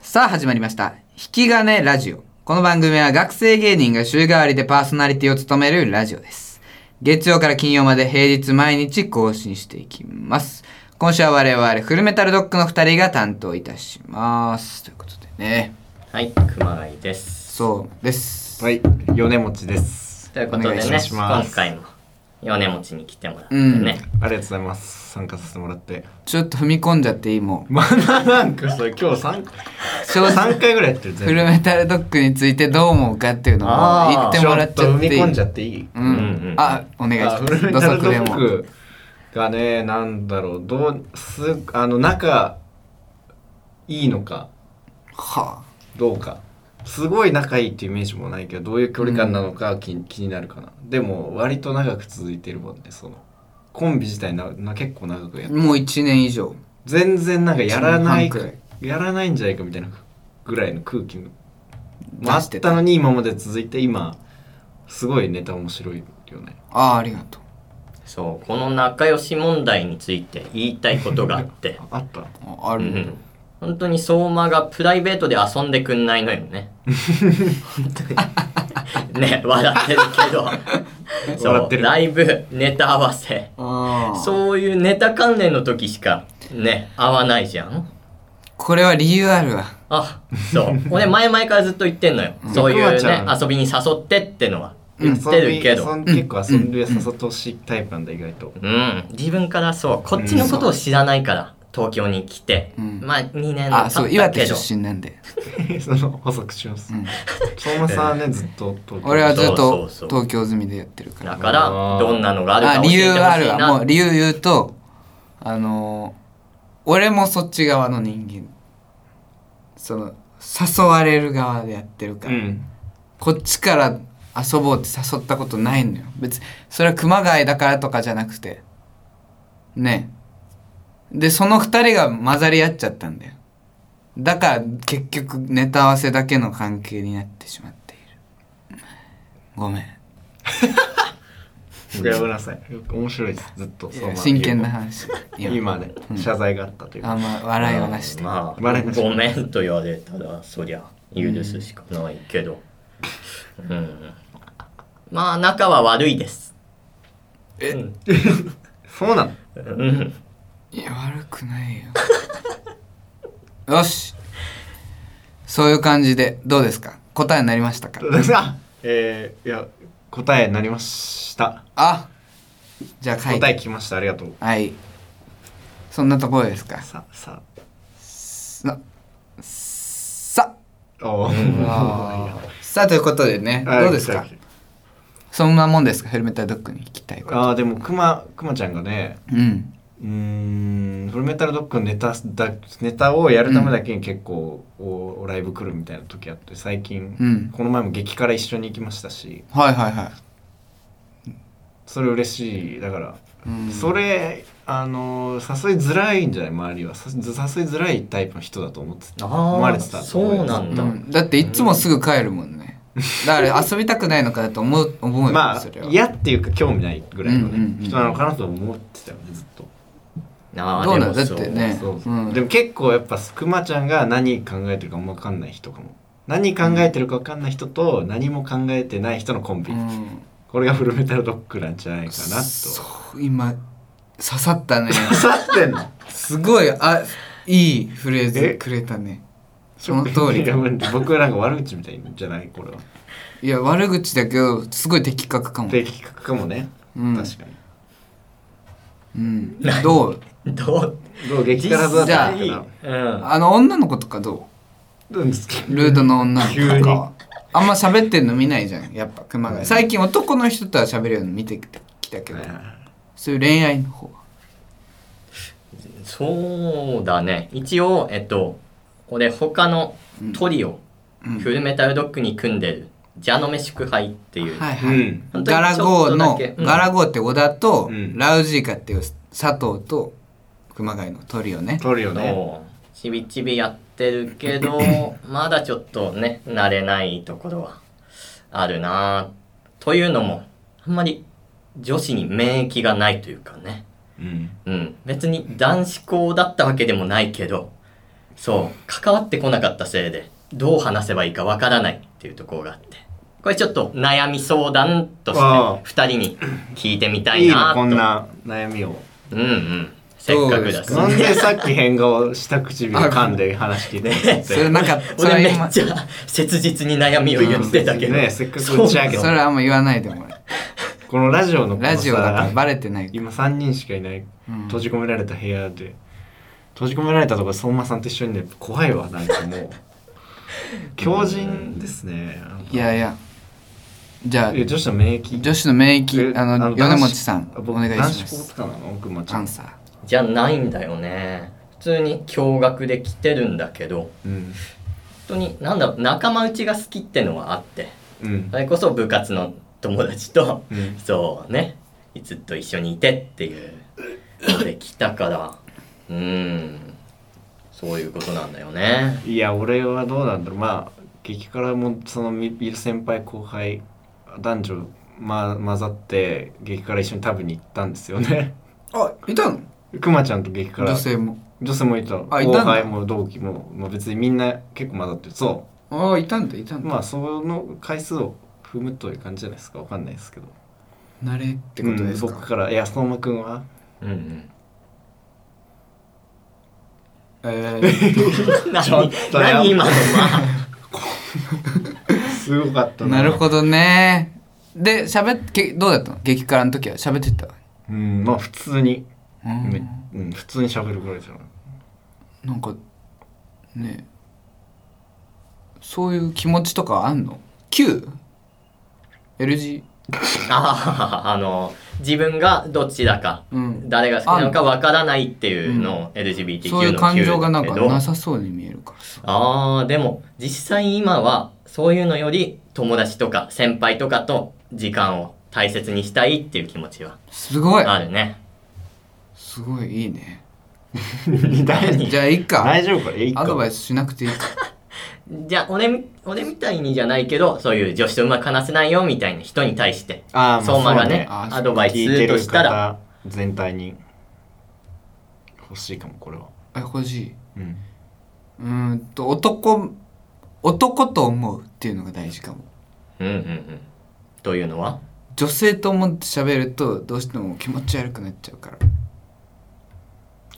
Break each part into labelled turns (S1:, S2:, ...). S1: さあ始まりました「引き金ラジオ」この番組は学生芸人が週替わりでパーソナリティを務めるラジオです月曜から金曜まで平日毎日更新していきます今週は我々フルメタルドッグの2人が担当いたしますということでね
S2: はい、熊谷です。
S1: そうです
S3: はい、米持です。
S2: ということで
S1: お
S2: ね、
S1: 願い
S3: しま
S2: 今
S3: す
S2: 回も米持に来てもらってね、
S3: ありがとうございます。参加させてもらって。
S1: ちょっと踏み込んじゃっていいも
S3: まだなんかそれ今日三
S1: 正直
S3: 三回ぐらいやってる
S1: うフル
S3: 全部。
S1: メタルドッグについてどう思うかっていうのを
S2: あー
S1: 言って
S3: ちょ
S1: もらっ
S3: っ
S1: ち
S3: と
S1: ゃ
S3: 踏
S1: って
S3: み
S1: いい
S3: 込んじゃっていい。
S1: う
S2: うんうん
S1: ん、あお願いし
S3: あ
S1: ま
S3: フル
S1: す
S3: メ
S1: 土
S3: タル
S1: 足
S3: ド
S1: で
S3: ッ
S1: も
S3: グがね、なんだろう、どうすあの仲いいのか
S1: はあ
S3: どうか。すごい仲いいっていうイメージもないけどどういう距離感なのか気,、気になるかなでも割と長く続いてるもんねそのコンビ自体なな結構長くやっ
S1: もう1年以上
S3: 全然なんかやらない
S1: 一年半く
S3: やらないんじゃないかみたいなぐらいの空気も
S1: 出
S3: あっ
S1: してた
S3: たのに今まで続いて今すごいネタ面白いよね
S1: ああありがとう
S2: そう、この仲良し問題について言いたいことがあ って、
S3: あった
S1: ああ
S2: う
S1: る、
S2: ん、本当に相馬がプライベートで遊んでくんないのよね。本当に。ね、笑ってるけど、そ
S3: 笑
S2: う
S3: って、る
S2: ライブ、ネタ合わせ、
S1: ああ
S2: そういうネタ関連の時しかね、合わないじゃん。
S1: これは理由あるわ
S2: あ、 そう。俺前々からずっと言ってんのよ。そうい
S3: 熊
S2: う
S3: ち
S2: ね
S3: ゃ、ん
S2: 遊びに誘ってってのは
S3: 遊
S2: 言
S3: び
S2: ってるけど。
S3: 遊ん結構遊んで誘ってほしいタイプなんだ意外と
S2: うん、自分からそうこっちのことを知らないから、東京に来て、
S1: うん
S2: まあ2年
S1: あそ
S2: 経
S1: う
S2: った
S1: 岩
S2: け
S1: 手
S2: ど
S1: 出身なんで
S3: その補足します
S1: うん
S3: 相馬さんはねずっと東京
S1: 俺はずっ
S2: そ
S1: と
S2: うそうそう
S1: 東京済みでやってるから
S2: だから
S3: あー
S2: どんなのがある
S1: あ
S2: か教
S1: 理
S2: えて
S1: 由
S2: ほしい
S1: あるわ
S2: な
S1: もう理由言うとあのー俺もそっち側の人間その誘われる側でやってるか
S3: う
S1: ら、
S3: ん
S1: こっちから遊ぼうって誘ったことないのよ別にそれは熊谷だからとかじゃなくてねでその2人が混ざり合っちゃったんだよだから結局ネタ合わせだけの関係になってしまっているごめん
S3: ごめんなさい面白いですずっと相馬
S1: 真剣な話
S3: 今ね
S1: うん
S3: 謝罪があったというか
S1: あんま笑いはなして、
S2: まあ
S3: 笑いなし
S2: ごめんと言われたらそりゃ許すしかないけどうん、まあ仲は悪いです
S1: え
S2: うん、
S3: そうなの
S2: うん、
S1: いや悪くないよよしそういう感じでどうですか答えになりましたか
S3: あえー、いや答えになりました
S1: あじゃあ書い
S3: 答え
S1: て
S3: 来ましたありがとう
S1: はいそんなところですか
S3: ささ
S1: ささ
S3: お
S1: あーさあということでねどうですかそんなもんですかフェルメタルドッグに聞きたいこと
S3: あーでもくまくまちゃんがね
S1: うん
S3: うーんフルメタルドッグのネタだネタをやるためだけに結構、おおライブ来るみたいな時あって最近、
S1: うん
S3: この前も激辛一緒に行きましたし
S1: はいはいはい
S3: それ嬉しいだから、
S1: うん
S3: それあのー誘いづらいんじゃない周りはさ誘いづらいタイプの人だと思ってた思わ
S2: あ
S3: れ
S2: あ
S3: てたと
S2: そ
S3: 思いま
S2: う
S3: す
S2: なん
S1: う
S2: だ、
S1: ん、だっていつもすぐ帰るもんねだから遊びたくないのかだと思 う思うよ、
S3: まあ
S1: それは
S3: 嫌っていうか興味ないぐらいのね、
S1: うんうんうん
S3: 人なのかなと思ってたよねずっと。
S2: ああ
S1: どうなん
S2: でもそ
S1: だってね
S3: そうそう
S1: うん
S3: でも結構やっぱくまちゃんが何考えてるかも分かんない人かも何考えてるか分かんない人と何も考えてない人のコンビ、
S1: うん
S3: これがフルメタルドッグなんじゃないかなと
S1: そう今刺さった ね
S3: 刺ってんの
S1: すごいあいいフレーズ
S3: え
S1: くれたねその通り
S3: いや僕はなんか悪口みたいじゃないこれはい
S1: や悪口だけどすごい的確かも、
S3: 定期格かもね、
S1: うん
S3: 確かに
S1: うん、どう
S2: どう
S3: どう激辛だっ
S1: じゃ
S3: た
S1: あ
S3: んだけど
S2: うん
S1: あの女の子とかど
S3: どうですか
S1: うルードの女の子とかはあんま喋ってんの見ないじゃんやっぱ熊谷最近男の人とは喋るように見てきたけどそういう恋愛の方は
S2: そうだね一応えっと俺他のトリオ、
S1: うん
S2: フルメタルドッグに組んでるジャノメ祝杯っていう、
S1: はいは
S3: う
S1: い、
S3: ん
S2: 本当
S1: ガ
S2: に
S1: ラ
S2: ちょっ
S1: ゴー
S2: とだ
S1: の、
S2: けうん
S1: ガラゴーって小田と、
S3: うん
S1: ラウジーカっていう佐藤と熊谷のトリオね
S3: 取るよね
S2: もうちびちびやってるけ どまだちょっとね慣れないところはあるなぁというのもあんまり女子に免疫がないというかね
S3: うん
S2: うん別に男子校だったわけでもないけどそう関わってこなかったせいでどう話せばいいかわからないっていうところがあってこれちょっと悩み相談として
S3: わあ
S2: 2人に聞いてみた
S3: い
S2: い
S3: い
S2: なと
S3: のこんな悩みを
S2: うんうんせっかくだし
S1: ど
S3: な
S1: うんす
S3: でさっき変顔下唇噛んで話聞いてんのって
S1: それなんかそ
S2: 俺
S1: れ
S2: め
S1: 今
S2: っちゃ切実に悩みを言ってたけど、
S3: ねせっかく打ち上げ
S1: それはあんま言わないでもらえ
S3: このラジオのこのさ
S1: ラジオだからバレてないから
S3: 今3人しかいない
S1: うん
S3: 閉じ込められた部屋で閉じ込められたとか相馬さんと一緒にね怖いわなんか もう強靭ですね
S1: いやいやじゃあ
S3: え女子の免疫
S1: 女子の免疫
S3: え
S1: あの米持さん
S3: 男子
S1: お願いしま
S3: 男子
S1: す
S3: 校とかなの奥間ち
S1: ア
S3: ゃん
S1: ンサー
S2: じゃないんだよね普通に驚愕で来てるんだけど
S3: うん
S2: 本当になんだろう仲間内が好きってのはあって
S3: うん
S2: それこそ部活の友達と
S3: うん
S2: そうねずっと一緒にいてっていうので来たからうんそういうことなんだよね
S3: いや俺はどうなんだろうまあ激辛もそのみ先輩後輩男女、ま、混ざって激辛一緒に食べに行ったんですよね
S1: あいたの
S3: くまちゃんと激辛
S1: 女性も
S3: 女性もいた
S1: あいたん
S3: 後
S1: だ
S3: 輩も同期も、まあ、別にみんな結構混ざってるそ
S1: ああいたんだいた
S3: うん
S1: だ、
S3: まあその回数を踏むという感じじゃないですかわかんないですけど
S1: 慣れってことですか、
S3: うん僕からいや相馬くんは
S2: う んうん
S1: えー
S3: ちょっ
S2: 何
S3: とや
S2: 何今のまあ
S3: すごか った
S1: なるほどねで喋ってどうだったの激辛の時は喋ってた
S3: うんまあ普通に、
S1: うん
S3: めうん、普通に喋るぐらいじゃない
S1: なんかねそういう気持ちとかあんの ?9?LG?
S2: あああの自分がどちらか、
S1: うん
S2: 誰が好きなのかわからないっていうのを LGBTQ の
S1: そういう感情がなんか
S2: 9だ
S1: な
S2: けど
S1: さそうに見えるからさ
S2: ああでも実際今はそういうのより友達とか先輩とかと時間を大切にしたいっていう気持ちは
S1: すごい
S2: あ るね。
S1: すごいいいね
S2: 何
S1: じゃあいいか
S3: 大丈夫かえいいか
S1: アドバイスしなくていいか
S2: じゃあ俺み俺みたいにじゃないけどそういう女子とうまく話せないよみたいな人に対して
S3: あーまあ
S2: 相馬がね
S3: そうね
S1: あー
S2: アドバイスするとしたら
S3: 聞いてる方全体に欲しいかもこれは、
S1: あ欲しい
S3: うん、
S1: うーんと男男と思うっていうのが大事かも
S2: うんうんうんというのは
S1: 女性と思って喋るとどうしても気持ち悪くなっちゃうから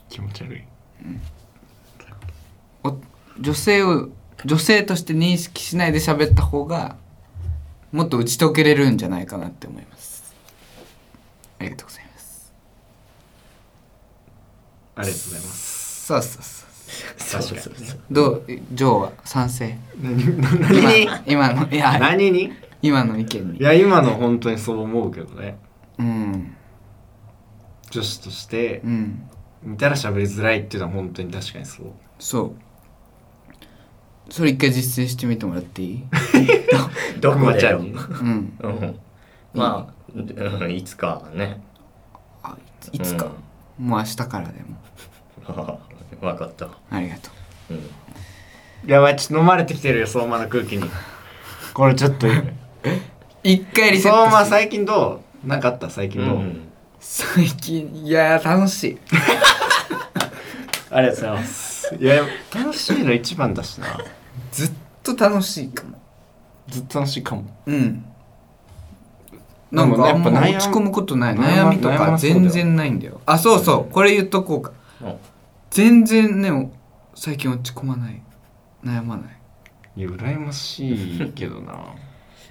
S3: 気持ち悪い
S1: お女性を女性として認識しないで喋った方がもっと打ち解けれるんじゃないかなって思いますありがとうございます
S3: ありがとうござ います
S1: さあさあさあ
S3: 確かに
S2: そうそうそう
S1: どうジョーは賛成
S3: 何何
S1: 今今
S3: に
S1: のいや
S3: 何に
S1: 今の意見
S3: い
S1: に
S3: や今の本当にそう思うけどね
S1: うん
S3: 女子として
S1: うん
S3: 見たら喋りづらいっていうのは本当に確かにそう
S1: そうそれ一回実践してみてもらってい い
S2: どこ
S3: 熊ち
S2: で
S3: ゃ
S2: よ
S3: んに
S1: うん
S2: うんまあ、うんいつかね。
S1: あいつか、もう明日からでも
S2: うん。 わかった。
S1: ありがとう
S2: うん。
S3: やばいちょっと飲まれてきてるよ相馬の空気にこれちょっと
S1: 一回リセッ
S3: 相馬
S1: トする
S3: 最近どうなんかあった最近どう、
S2: うん
S1: 最近いやー楽しい
S3: ありがとうございますいや楽しいの一番だしな
S1: ずっと楽しいかも
S3: ずっと楽しいかも
S1: うんなんかあんま
S3: でもね
S1: 落
S3: やっぱ悩み
S1: ち込むことない
S3: 悩
S1: 悩
S3: ま
S1: みと
S3: 悩
S1: か
S3: まそうだよ
S1: 全然ないんだよあそうそうこれ言っとこうか
S2: うん
S1: 全然ね最近落ち込まない悩まない
S3: いや羨ましいけどな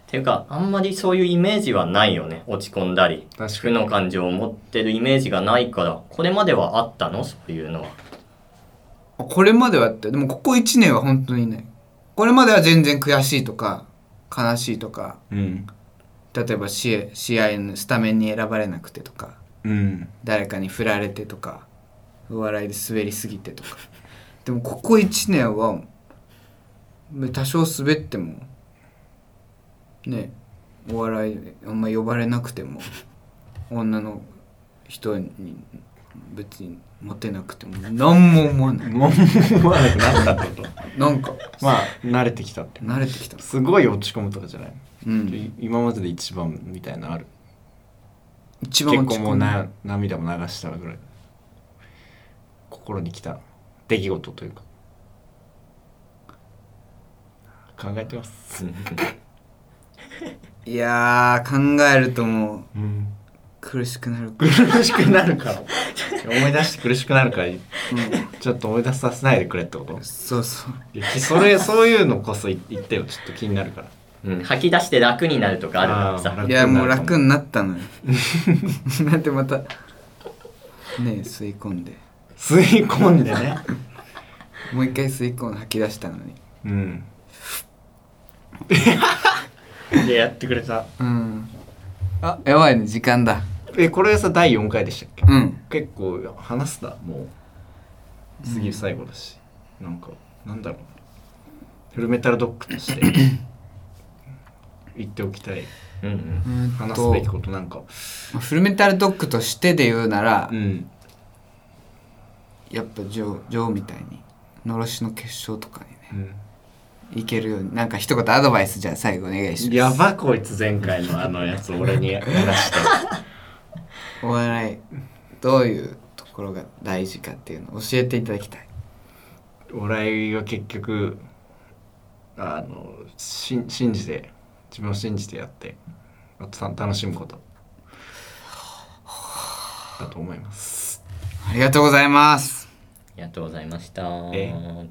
S2: ていうか、あんまりそういうイメージはないよね。落ち込んだり、
S3: 確
S2: 負の感情を持ってるイメージがないから、これまではあったのそういうのは。
S1: あこれまではあってでもここ1年は本当にないこれまでは全然悔しいとか悲しいとか
S3: うん
S1: 例えば試合試合のスタメンに選ばれなくてとか
S3: うん
S1: 誰かに振られてとかお笑いで滑りすぎてとかでもここ1年は多少滑ってもねお笑いあんま呼ばれなくても女の人に別にモテなくても何も思わない
S3: もう思わなくなったってこと
S1: なんか
S3: まあ慣れてきたって
S1: 慣れてきた
S3: すごい落ち込むとかじゃない、
S1: うん
S3: 今までで一番みたいなのある
S1: 一番落
S3: 結構
S1: ち
S3: も
S1: 込
S3: うん
S1: だ
S3: な涙も流したぐらい心に来た出来事というか考えてます、
S1: いやー考えるともう
S3: うん、
S1: 苦しくな る、
S3: 苦しくなるから 思い出して苦しくなるから
S1: う
S3: ちょっと思い出させないでくれってこと
S1: ん、そうそう
S3: いやそれそういうのこそ言言ってよちょっと気になるから
S2: うん、吐き出して楽になるとかあるから
S3: あーな
S2: さ
S3: る
S1: いやもう楽になったのよ なんてまたねえ吸い込んで
S3: 吸い込んでね
S1: もう一回吸い込んで吐き出したのに
S3: うんでやってくれた
S1: うんあやばいね時間だ
S3: えこれさ第4回でしたっけ、
S1: うん
S3: 結構話すだもう次最後だし、なんかなんだろうフルメタルドッグとして言っておきたい
S2: うんうん
S1: うーんと
S3: 話すべきことなんか
S1: フルメタルドッグとしてで言うなら、
S3: うん
S1: やっぱジョージョーみたいにのろしの結晶とかにね
S3: うん
S1: いけるようになんか一言アドバイスじゃあ最後お願いします
S3: やばこいつ前回のあのやつ俺に話して
S1: お笑いどういうところが大事かっていうのを教えていただきたい
S3: お笑いは結局あのしん信じて自分を信じてやってあとた楽しむことだと思います
S1: ありがとうございます
S2: ありがとうございました。
S3: え